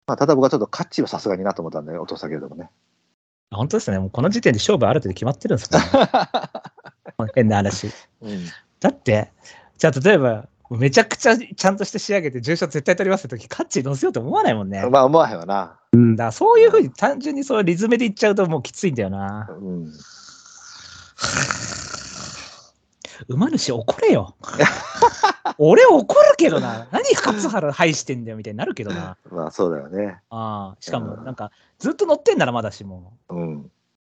C: まあ、ただ僕はちょっと価値はさすがになと思ったんで、落としたけれ どもね。
B: あ本当ですね。もうこの時点で勝負ある程度決まってるんですもんねもう変な話。
C: うん、
B: だって、じゃあ例えば、めちゃくちゃちゃんとして仕上げて重賞絶対取りますって時、カッチ乗せようと思わないもんね。
C: まあ、思わへんわな。
B: うん、だからそういうふうに単純にそうリズムでいっちゃうともうきついんだよな。
C: うん。
B: 馬主怒れ よ。俺怒るけどな。何勝原廃してんだよみたいになるけどな。
C: まあ、そうだよね。
B: ああしかもなんかずっと乗ってんならまだしも。
C: うん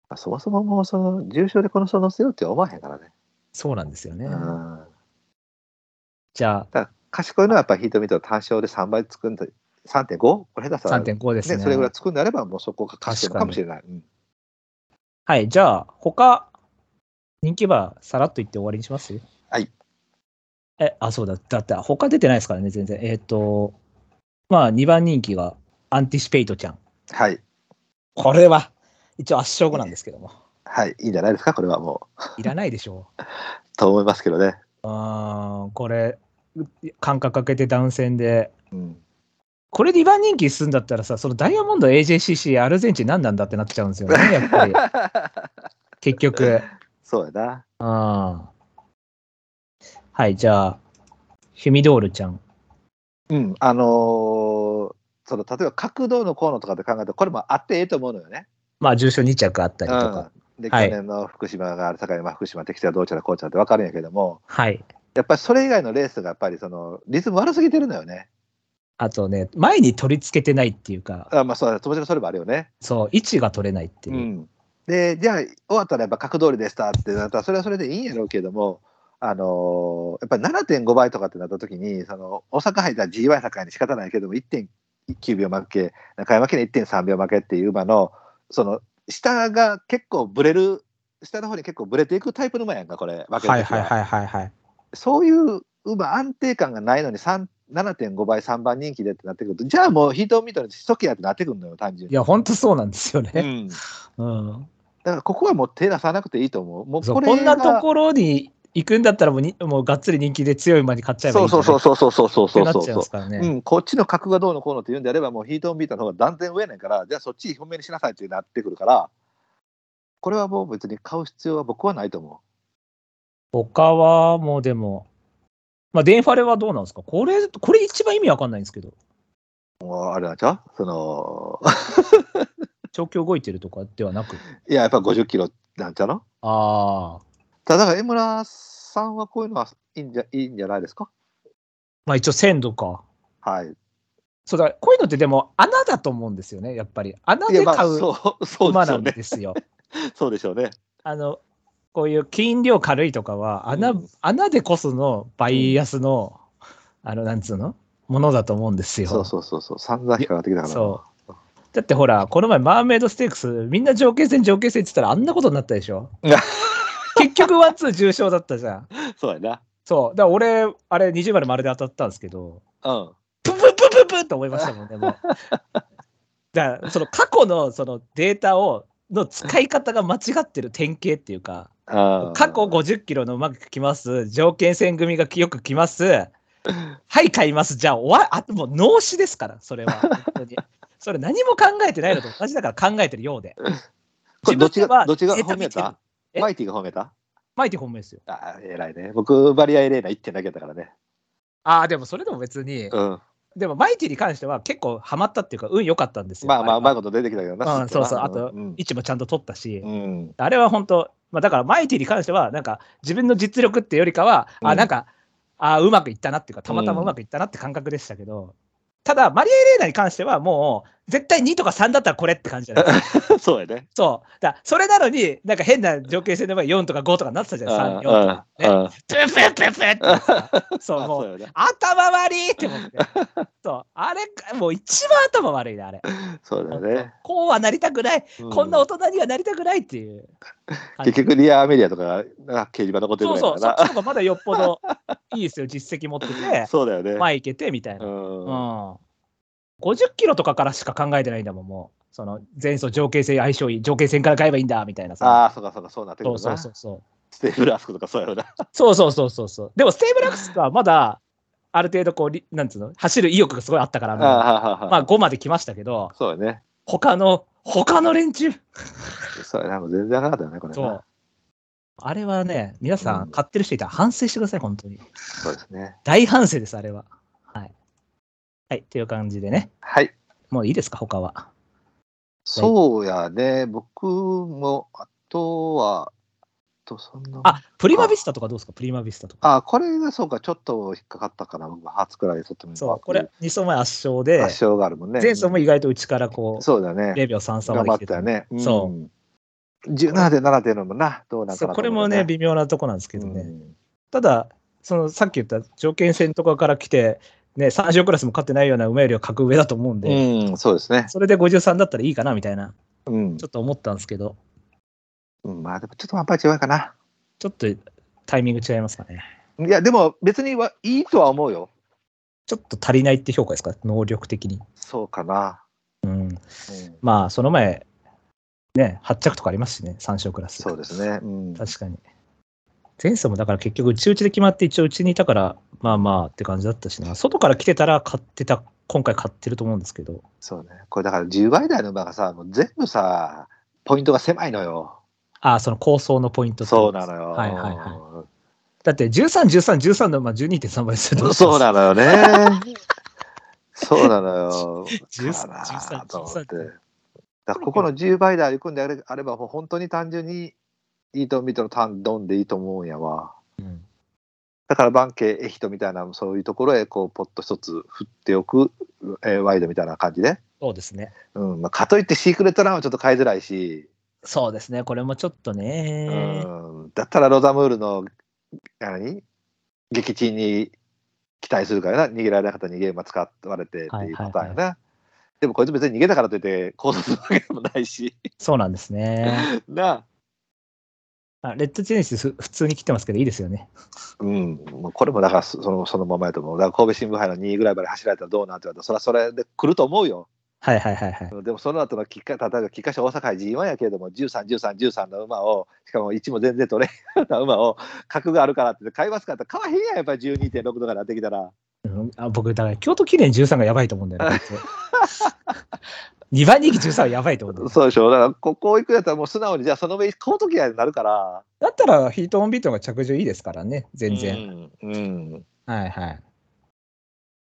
C: まあ、そもそももうその重症でこの人乗せようって思わへんからね。
B: そうなんですよね
C: う。ん、
B: じゃ
C: だから賢いのはやっぱヒートミートの単勝で3倍つくんだ 3.5? これ下手
B: あ
C: さらね
B: 3.5ですね。
C: それぐらいつくんであればもうそこが賢いのかもしれない。うん
B: はい、じゃあ他、人気馬さらっと言って終わりにします
C: はい。
B: え、あ、そうだ。だって他出てないですからね、全然。えっ、と、まあ2番人気がアンティシペイトちゃん。
C: はい。
B: これは一応圧勝後なんですけども。
C: はい。いいんじゃないですか、これはも
B: いらないでしょう。
C: う。と思いますけどね。
B: あーこれ、間隔かけてダウン戦で。
C: うん、
B: これ2番人気するんだったらさ、そのダイヤモンド AJCC アルゼンチン何なんだってなっちゃうんですよね、やっ ぱり。結局。
C: そうやな。
B: あーはい、じゃあ、ヒュミドールちゃん。
C: うん。あのーその例えば角度のコーナーとかで考えるとこれもあってええと思うのよね。
B: まあ、重症2着あったりとか。
C: うん、で去
B: はい
C: 年の福島がある境にまあ福島敵地はどうちゃらこうちゃらって分かるんやけども、
B: はい。
C: やっぱりそれ以外のレースがやっぱりそのリズム悪すぎてるのよね。
B: あとね、前に取り付けてないっていうか、
C: あまあそうだ、もちろんそれもあるよね。
B: そう、位置が取れないっていうう。
C: ん、でじゃあ終わったらやっぱ格通りでしたってなったらそれはそれでいいんやろうけどもあのーやっぱり7.5倍とかってなった時にその大阪杯では GY 坂に仕方ないけども1.9秒負け中山家に1.3秒負けっていう馬のその下が結構ブレる下の方に結構ブレていくタイプの馬やんかこれ負ける時は
B: はいはいはいはいはい。
C: そういう馬安定感がないのに3 7.5倍3番人気でってなってくるとじゃあもう人を見たら一桁ってなってくるのよ単純
B: い
C: に。
B: や、本当そうなんですよ
C: う
B: ね。
C: ん、だ
B: うん。
C: からここはもう手出さなくていいと思う。もう
B: そう
C: これ
B: こんなと
C: が
B: ころに行くんだったらもうに、もうがっつり人気で強い馬に買っちゃえばいい
C: そ
B: ん
C: う
B: じゃ
C: そ
B: な
C: う
B: い
C: そうそうそうそうそう
B: ってなっ
C: そうそう
B: ちゃいますからね。
C: うん、こっちの格がどうのこうのって言うんであれば、もうヒートンビーターの方が断然上やねんから、じゃあそっち表明にしなさいってなってくるから、これはもう別に買う必要は僕はないと思
B: 他はもうでも、まあ、デンファレはどうなんですかこれ、これ一番意味わかんないんですけど、
C: う。もうあれなんちゃうその、
B: 調教動いてるとかではなく。
C: いや、やっぱ50キロなんちゃうの
B: ああ。
C: ただ、江村さんはこういうのはいいんじゃいいんじゃないですか
B: まあ一応鮮度か。
C: はい。
B: そうだ、こういうのってでも穴だと思うんですよね、やっぱり。穴
C: いや、
B: で
C: まあ、
B: 買う
C: そう、そうで
B: 馬
C: しょ
B: な
C: うんね。
B: ですよ。
C: そうでしょうね。
B: あの、こういう金量軽いとかは、穴、
C: うん
B: 穴でこそのバイアスの、あの、なんつうのものだと思うんですよ。
C: そうそうそうそう。散々引っかかってきたから。
B: そうだってほら、この前、マーメイドステークス、みんな条件戦、条件戦って言ったら、あんなことになったでし ょ結局、ワンツー重傷だったじゃん。
C: そうや
B: そう。だから俺、あれ、20丸丸で当たったんですけど、
C: な。うん。
B: プンプンプンプンプンって思いましたもんね、もう。だから、その過去のそのデータを、の使い方が間違ってる典型っていうか、
C: あー
B: 過去50キロのうまく来ます、条件戦組がよく来ます、はい、買います、じゃあ、終わあもう脳死ですから、それは、本当に。それ、何も考えてないのと同じだから考えてるようで。
C: これどっちが、どっちが
B: 自分で
C: 褒め
B: はデータ見
C: た
B: てえ
C: マイティが褒めた
B: マイティ本命ですよ。
C: あー偉いね。僕、バリアエレーナ1点だけだからね。
B: ああ、でもそれでも別に、
C: うん。
B: でもマイティに関しては結構ハマったっていうか、運良かったんですよ。
C: まあまあ、う
B: れは
C: まいこと出てきたけどな。
B: うん
C: すっとな
B: そうそうあと
C: うん
B: 位置もちゃんと取ったし、
C: うん。
B: あれは本当、まあ、だからマイティに関しては、なんか自分の実力っていうよりかは、
C: う
B: あ
C: ん
B: なんか、あうまくいったなっていうか、たまたまうまくいったなって感覚でしたけど、ただ、マリア・エレーナに関しては、もう、絶対2とか3だったらこれって感じじゃないですか。
C: そうやね。
B: そう。だそれなのに、なんか変な条件戦でも4とか5とかなってたじゃないですか、3、4とか。
C: うんうん
B: プープープープーってなってた。 そう、
C: あ
B: も
C: そう
B: う、
C: やね。
B: 頭悪いって思って。そう、あれか、もう一番頭悪いな、あれ。
C: そうだよね。
B: こうはなりたくない、 こんな大
C: う
B: 人にはなりたくないっていう感じ。
C: 結局、リアアメリアとか、な掲示板残ってる
B: そう
C: ぐらい
B: そう、そ
C: だ
B: っち
C: か
B: の方がまだよっぽ どいいですよ、実績持ってて
C: ら。、 そうだよね。
B: 前行けてみたいな。
C: う
B: うん。
C: ん。
B: 50キロとかからしか考えてないんだもん、もう。その前走情景戦相性いい、情景戦から買えばいいんだみたいなさ。
C: ああ、そうかそうか、そうなってく
B: そう
C: る
B: そ
C: な。
B: うそ
C: ス
B: うそう。
C: テーブルアスクとかそうやよな。
B: そうそうそうそうそう。でも、ステーブラックスはまだ、ある程度こうり、なんつうの、走る意欲がすごいあったから、
C: あー
B: まあ、
C: ははは
B: まあ5まで来ましたけど、
C: そうだね。
B: 他の、他の連中。
C: そうやな。もう全然なかったよね、これな。
B: そう。あれはね、皆さ
C: うん
B: ん、買ってる人いたら反省してください、本当に。
C: そうですね。
B: 大反省です、あれは。はい。はい、っていう感じでね。
C: はい。
B: もういいですか、他は。
C: そうやね。僕も、あとは、あとそんな。
B: あ、プリマビスタとかどうですか、プリマビスタとか。
C: あ、これがそうか、ちょっと引っかかったかな、僕、初くらいでとっても
B: そう、これ、2走前圧勝で、
C: 圧勝があるもんね。
B: 前走も意外と内からこう、
C: そうだね。
B: 0秒33ま
C: 頑
B: で来
C: 張ってたよ
B: ね。
C: ね。
B: そ
C: うん。17.7っていうのもな、どうなんか
B: そ
C: な
B: うこ
C: と思
B: れ
C: う
B: もね、微妙なとこなんですけどね。
C: うん
B: ただ、そのさっき言った条件戦とかから来て、ね、30クラスも勝ってないような馬よりは格上だと思うんで、
C: うん、そうですね。
B: それで53だったらいいかなみたいな、
C: うん
B: ちょ。っと思ったんですけど、
C: うんまあ、でもちょっとやっぱり違うかな。
B: ちょっとタイミング違いますかね。
C: いや、でも別にはいいとは思うよ。
B: ちょっと足りないって評価ですか、能力的に。
C: そうかな。
B: うん、
C: うん
B: まあ、その前、ね、8着とかありますしね、3勝クラス。
C: そうですね。うん。
B: 確かに。前走もだから結局、内々で決まって、一応うちにいたから、まあまあって感じだったしな、外から来てたら買ってた、今回買ってると思うんですけど、
C: そうね。これだから10倍台の馬がさ、もう全部さ、ポイントが狭いのよ。
B: ああ、その構想のポイントって
C: そうなのよ。
B: はいはいはい。だって、13、13、13の、まあ、12.3倍ですよ。どうし
C: そう
B: ます
C: なのよね。そうなのよ。
B: 13
C: だからと思って。
B: 13
C: だからここの10倍台行くんであれあれば、もう本当に単純にいいとみとの単ドンでいいと思うんやわ。
B: うん
C: だからバンケエヒトみたいなそういうところへこうポッと一つ振っておく、えーワイドみたいな感じで、
B: そうですね。
C: うんまあ、かといってシークレットランはちょっと買いづらいし、
B: そうですね。これもちょっとね。
C: うん、だったらロザムールの何撃沈に期待するからな逃げられなかったら逃げ馬使われてっていうパターンやな、
B: はいはい
C: でもこいつ別に逃げたからといって行動するわけでもないし
B: そうなんですね。
C: なあ
B: あレッドジェネシスふ普通に切ってますけど、いいですよね。
C: うんもうこれもだからそのそのままやと思うだから神戸新聞杯の2位ぐらいまで走られたらどうなんて言われたらそれはそれで来ると思うよ
B: はいはいはいはい。
C: でもその後の菊花例えば菊花賞大阪杯 G1 やけれども13、13、13の馬をしかも1も全然取れへんような馬を格があるからって言って買いますかって買わへんやんやっぱり12.6とかになってきたら
B: あ僕、だから京都記念13がやばいと思うんだよね。2番人気13はやばいと思うんだよね
C: そうでしょだからここ行くやつはもう素直にじゃあその上買うときやになるから
B: だったらヒートオンビートが着順いいですからね、全然。
C: うん、うん
B: はいはい。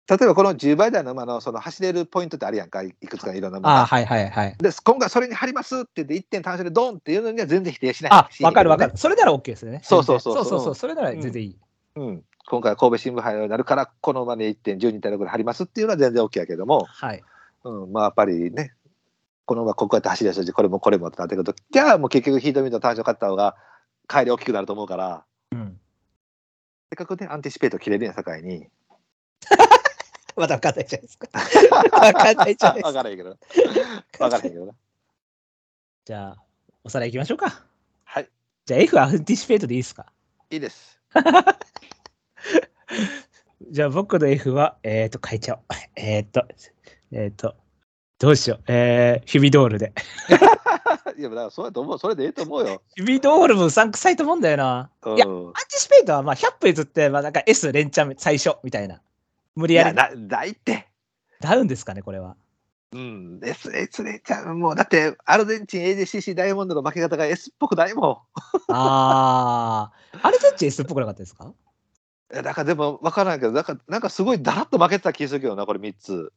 C: 例えばこの10倍台の馬のその走れるポイントってあるやんかいくつかいろんな馬
B: あ
C: が
B: あ、はいはいはい。
C: で今回それに張りますって言って1点単勝でドンっていうのには全然否定しない
B: あ
C: し、
B: わかるわかる。それなら OK ですよね。
C: そうそうそう
B: 全然そうそうそう。それなら全然いい。
C: うん、今回は神戸新聞杯になるからこの馬に1点12.6で張りますっていうのは全然 OK やけども、
B: はい。
C: うん、まあやっぱりね、このままここやって走り出してこれもこれもってなってくると、じゃあもう結局ヒートミートの単勝勝った方が、帰り大きくなると思うから、
B: うん。
C: せっかくね、アンティシペート切れるやん、境に。
B: まだ分かんないじゃないですか。分かんない じゃないです
C: わ
B: か。
C: からへ んけどな。わからへんけどな。
B: じゃあ、おさらいいきましょうか。
C: はい、
B: じゃあ F アンティシペートでいいですか
C: いいです。
B: じゃあ僕の F は、えっ、ー、と、変えちゃおう。えっ、と、えっ、と、どうしよう。えー、ヒュビドールで。
C: いや、だからそうやと思う、それでええと思うよ。
B: ヒュビドールもうさんくさいと思うんだよな。
C: うん、
B: いや、アンティシペイトはまあ100歩譲って、まあ、なんか S 連チャン最初みたいな。無理
C: い
B: や
C: や
B: り
C: だ、ないって。
B: ダウンですかね、これは。
C: うん、S、S レちゃん、もうだって、アルゼンチン AJCC ダイヤモンドの負け方が S っぽくないも
B: あー、アルゼンチン S っぽくなかったですか
C: ん。い や、だからでも分からんけど、なんか、なんかすごいだらっと負けてた気するけどな、これ3つ。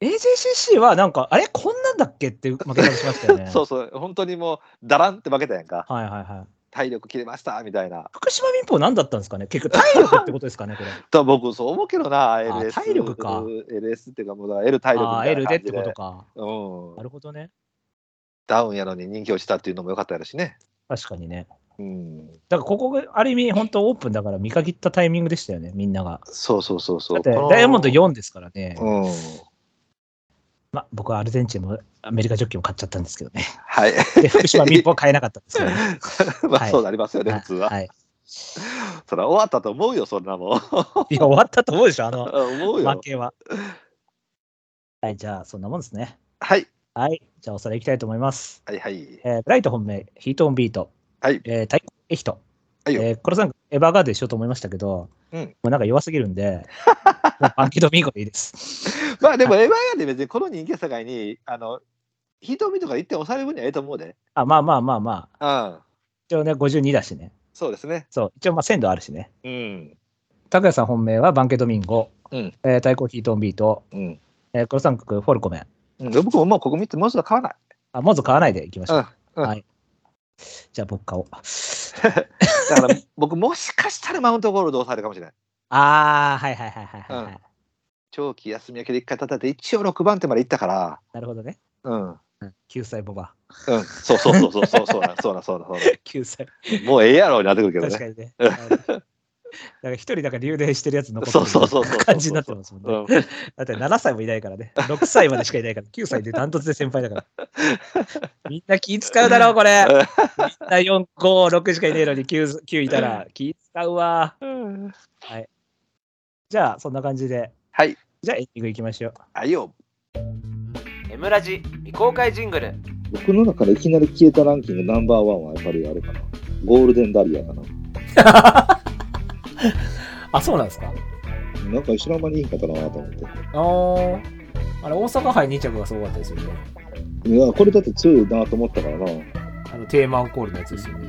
B: ?AJCC はなんか、あれこんなんだっけっていう負け方しましたよね。
C: そうそう、本当にもう、だらんって負けたやんか。
B: はいはいはい。
C: 体力切れましたみたいな。
B: 福島民法何だったんですかね結局体力ってことですか ね、これ。
C: と僕そう思うけどな、LS。
B: 体力か
C: LS っていうか、もうだから L 体力み
B: あー
C: たい
B: L
C: な
B: でっ
C: 感じ
B: て
C: で。
B: ことか。
C: う、
B: なんるほどね。
C: ダウンやのに人気落ちたっていうのも良かったやろしね。
B: 確かにね。
C: うん、
B: だからここがある意味、本当オープンだから見限ったタイミングでしたよね、みんなが。
C: そうそうそうそ
B: だ
C: う。
B: って
C: この
B: ダイヤモンド4ですからね。
C: うん。
B: まあ、僕はアルゼンチンもアメリカジョッキも買っちゃったんですけどね。
C: はい。
B: で、福島民法は買えなかったんですけ どね。
C: ま
B: は
C: あ
B: い
C: そうなりますよね、
B: はい
C: 普通は。
B: はい。
C: それは終わったと思うよ、そんなもん。
B: いや、終わったと思うでしょ、あ の
C: 思う
B: 負
C: よ。
B: けは。はい、じゃあ、そんなもんですね。
C: はい。
B: はい、じゃあ、おさらいいきたいと思います。
C: はいはい。
B: えー、ブライト本命、ヒートオンビート、
C: はい
B: えー、太鼓エヒト、
C: はいよ
B: えー、コロさん、エヴァーガーデンしようと思いましたけど、
C: うん
B: もうなんか弱すぎるん で、もうバンキドミンゴでいいです。
C: まあでも、エヴァイアで別にこの人気境に、あの、瞳とか一点押される分にはええと思うで。
B: あ、まあまあまあまあ、
C: うん。
B: 一応ね、52だしね。
C: そうですね。
B: そう、一応、まあ、鮮度あるしね。
C: うん。
B: 拓也さん本命はバンケドミンゴ、
C: うん
B: えー、太鼓ヒートオンビート、
C: うん。
B: えー、黒三角フォルコメン。
C: うん、僕ももうここ3つもうすぐ買わない。
B: あ、まず買わないでいきましょう。
C: うんうん
B: はい。じゃあ僕買おう。
C: だから僕もしかしたらマウントゴールドを押されるかもしれない。
B: ああ、はいはいはいはいはい、はい
C: うん長期休み明けで一回叩いて一応6番手まで行ったから。
B: なるほどね。
C: うん。うん。
B: 救済ボ バ。
C: そうそうそうそうそうそうだそうだそうだそう
B: 救済。
C: だ。もうええやろになってくるけど
B: 確か
C: ね。
B: にね。だから一人だから留年してるやつ残って
C: そうそうそうそうそう
B: 感じになってますもん
C: う
B: ね。
C: ん。
B: だって7歳もいないから ね。6歳までしかいないから、9歳でダントツで先輩だから。みんな気使うだろう、これ。みんな4、5、6しかいねえのに 9, 9いたら気使うわ。はい。じゃあ、そんな感じで。
C: はい。
B: じゃあ、エンディングいきましょう。
C: あいよ。
D: エムラジ未公開ジングル
C: 僕の中でいきなり消えたランキングナンバーワンはやっぱりあれかな。ゴールデンダリアかな。
E: あ、そうなんですか。
C: なんか知らん間にいいんかったなと思って。
E: あーあれ、大阪杯2着がすごかったですよね。
C: いや、これだって強いなと思ったからな。
E: あの、テーマアンコールのやつですよね。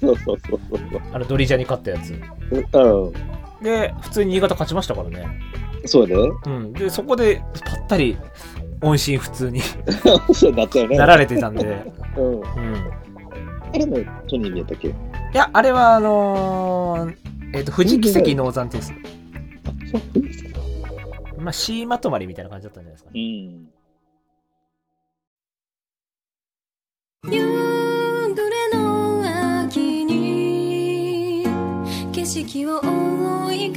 C: そうそうそう
E: あの、ドリジャに勝ったやつ。
C: そう。
E: で、普通に新潟勝ちましたからね。
C: うん。そうや
E: うん。で、そこで、ぱったり、音信不通に
C: で。 そうだったよね。
E: なられてたんで。
C: うん。
E: うん。
C: あれもトニー見えたっけ
E: いや、あれは、あのー、えっ、と、富士奇跡農山です。
C: あ、そう。
E: まあ、C まとまりみたいな感じだったんじゃないですか
C: う
E: ね。
C: ん。
A: 夕暮れの秋に
F: 色を覆い隠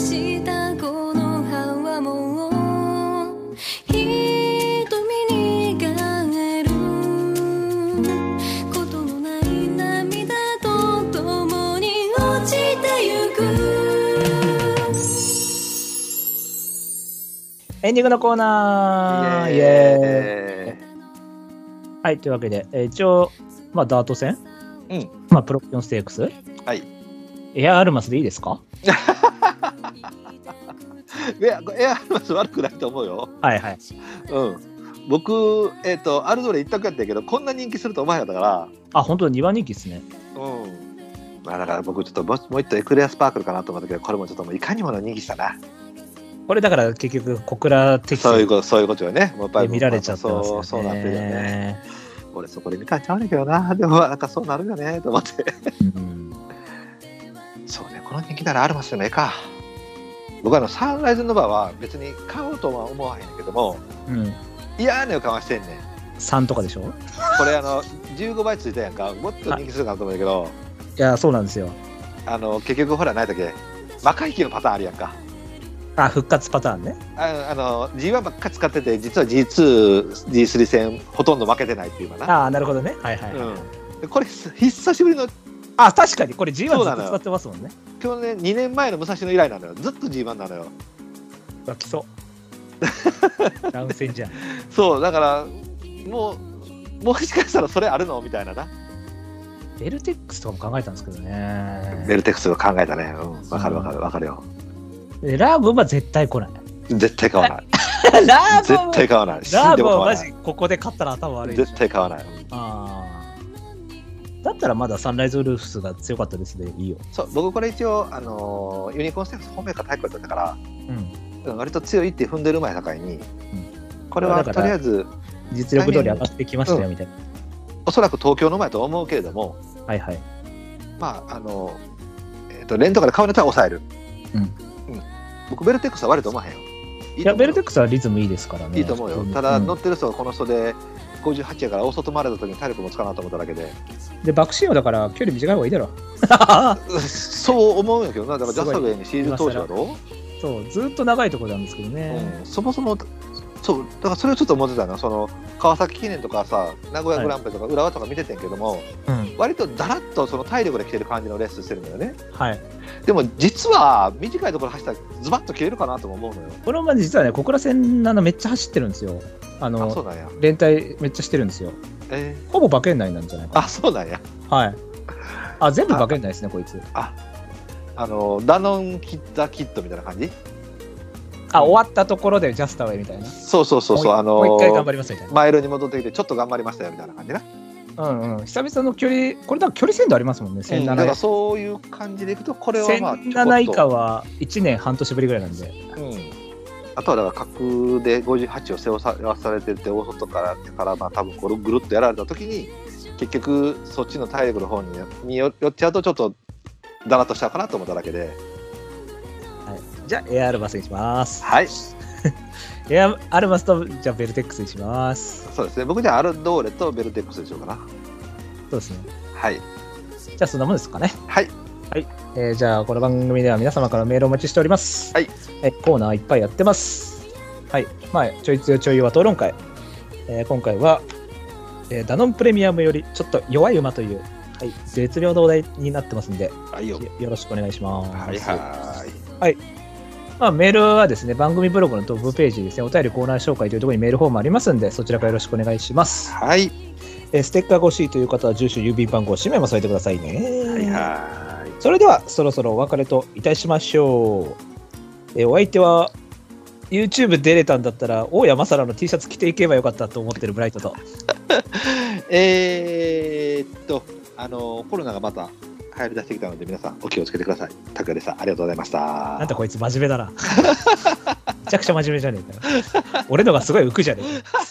F: したこの葉はもう瞳に描えることのない涙と共に落ちてゆく
B: エンディングのコーナーイエーイはい、というわけで、えー一応、まあ、ダート戦、
C: うん
B: まあ、プロピョンステークス、
C: はい。
B: エアアルマスでいいですか
C: いや、エアマス悪くないと思うよ。
B: はいはい。
C: うん。僕、えっ、と、アルドレ一択やったけど、こんな人気すると思わへんかったか
B: あ、本当に2番人気ですね。
C: ら。うん。まあ、だから僕、ちょっともうもう一度エクレアスパークルかなと思ったけど、これもちょっともういかにもの人気した な。
B: これだから結局、小倉的
C: そういうこと、そういうことよね。もうやっぱ
B: で
C: り
B: 見られちゃってます
C: そ
B: よ
C: う、そうなってるよね。
B: ね。
C: 俺、そこで見たんちゃうねんけどな。でも、なんかそうなるよね、と思って。
B: うん
C: そうね、この人気ならアルマスでもええか。僕、あの、サンライズノバは別に買おうとは思わへんけども、
B: うん、
C: 嫌な予感はしてんねん。
B: 3とかでしょ
C: これあの15倍ついたやんかもっと人気するかなと思うんだけど
B: いや、そうなんですよ。
C: あの結局ほらないだっけ魔界機のパターンあるやんか
B: あ、復活パターンね。
C: あのあの G1 ばっか使ってて実は G2G3 戦ほとんど負けてないっていうかな、
B: あーなるほどね。はいはい。
C: うん、でこれす久しぶりの
B: あ、確かに、これ G1 ずっ
C: そ
B: と
C: うなのよ
B: 使ってますもんね。
C: 去年2年前の武蔵野以来なのよずっと G1 なのよ
B: うわ、来そう。ダウン戦じゃん。
C: そうだからもうもしかしたらそれあるのみたいなな
B: ベルテックスとかも考えたんですけどね。
C: ベルテックスが考えたねうんわかるわかるわかるよ
B: でラーブは絶対来ない。
C: 絶対買わない
B: ラーブは
C: 絶対買わない死
B: ラ
C: ん
B: ー
C: で
B: ブ
C: も買
B: は
C: わ
B: マ
C: な
B: ジ
C: い
B: ここで勝ったら頭悪いでしょ
C: 絶対買わない
B: あーだったらまだサンライズウルフスが強かったですねいいよ、
C: そう僕これ一応、あのーユニコーンステークス本命か太鼓だったから
B: うん、
C: うん割と強いって踏んでる前境に、これ
B: まあ
C: は
B: だか
C: と
B: ら
C: りあえず
B: 実力通り上がってきました
C: う
B: よみたいな、
C: おそらく東京の前と思うけれども
B: はいはい
C: まああのーえっとレントカーで買うのやつは抑える、うん僕ベルテックスは悪いと思わへんよい
B: いやベルテッ
C: ク
B: クスはリズムいいですからね
C: いいと思うよ
B: 普通に
C: ただ
B: うん
C: 乗ってる人はこの人で58やから大外回れた時に体力持つかなと思っただけで
B: で爆心はだから距離短い方がいいだろはは
C: そう思うんやけどなだからジャスタウェイにシーズン当時だろ、
B: そうずっと長いところなんですけどね、
C: うんそもそもそうだからそれをちょっと思ってたなその川崎記念とかさ名古屋グランプリとか浦和とか見ててんけども、
B: うん
C: 割とだらっとその体力で来てる感じのレースしてるのよね
B: はい
C: でも実は短いところ走ったらズバッと切れるかなとも思うのよ
B: このまで実はね小倉線なのめっちゃ走ってるんですよあ
C: あそう
B: の
C: なんや
B: 連帯めっちゃしてるんですよ
C: え
B: ほぼ馬券内なんじゃない
C: ー、
B: か
C: あそうなんや
B: なはいあ全部馬券内ですねこいつ
C: あのダノンキッザキットみたいな感じ
B: あ終わったところでジャスタウェイみたいな
C: そうそうそうそう
B: も
C: あの
B: もう一回頑張りますみたいな
C: マイルに戻ってきてちょっと頑張りましたよみたいな感じな、
B: うんうん、久々の距離、これだから距離鮮度ありますもんね、
C: うんだから
B: 1700。
C: そういう感じでいくとこれはまあちょこっと
B: 17以下は1年半年ぶりぐらいなんで、
C: うんあとはだから格で58を背負わされてて大外からからまあ多分これぐるっとやられた時に結局そっちの体力の方にによ寄っちゃうとちょっとだらっとしたかなと思っただけで
B: じゃあエアアルバスにします。
C: はい
B: エアアルバスとじゃあベルテックスにします。
C: そうですね僕じゃあアルドーレとベルテックスでしようかな
B: そうですね。
C: はい
B: じゃあそんなもんですかね。
C: はい
B: えーじゃあこの番組では皆様からメールをお待ちしております。
C: はい
B: えーコーナーいっぱいやってます。はい。まあ、ちょいつよちょいよは討論会。えー今回は、えーダノンプレミアムよりちょっと弱い馬という、はい、絶妙のお題になってますんで、
C: はいよ
B: よろしくお願いします。
C: はいはい
B: まあ、メールはですね、番組ブログのトップページですね、お便りコーナー紹介というところにメールフォームありますんで、そちらからよろしくお願いします。
C: はい
B: えーステッカーが欲しいという方は、住所、郵便番号、氏名も添えてくださいね。
C: はいはい
B: それでは、そろそろお別れといたしましょう。えーお相手は、YouTube 出れたんだったら、大山さらの T シャツ着ていけばよかったと思ってるブライトと。
C: えーっとあのコロナがまた流行り出してきたので皆さんお気をつけてください拓也でしたありがとうございました
B: なんだこいつ真面目だな。めちゃくちゃ真面目じゃねえかよ。俺のがすごい浮くじゃねえかよ。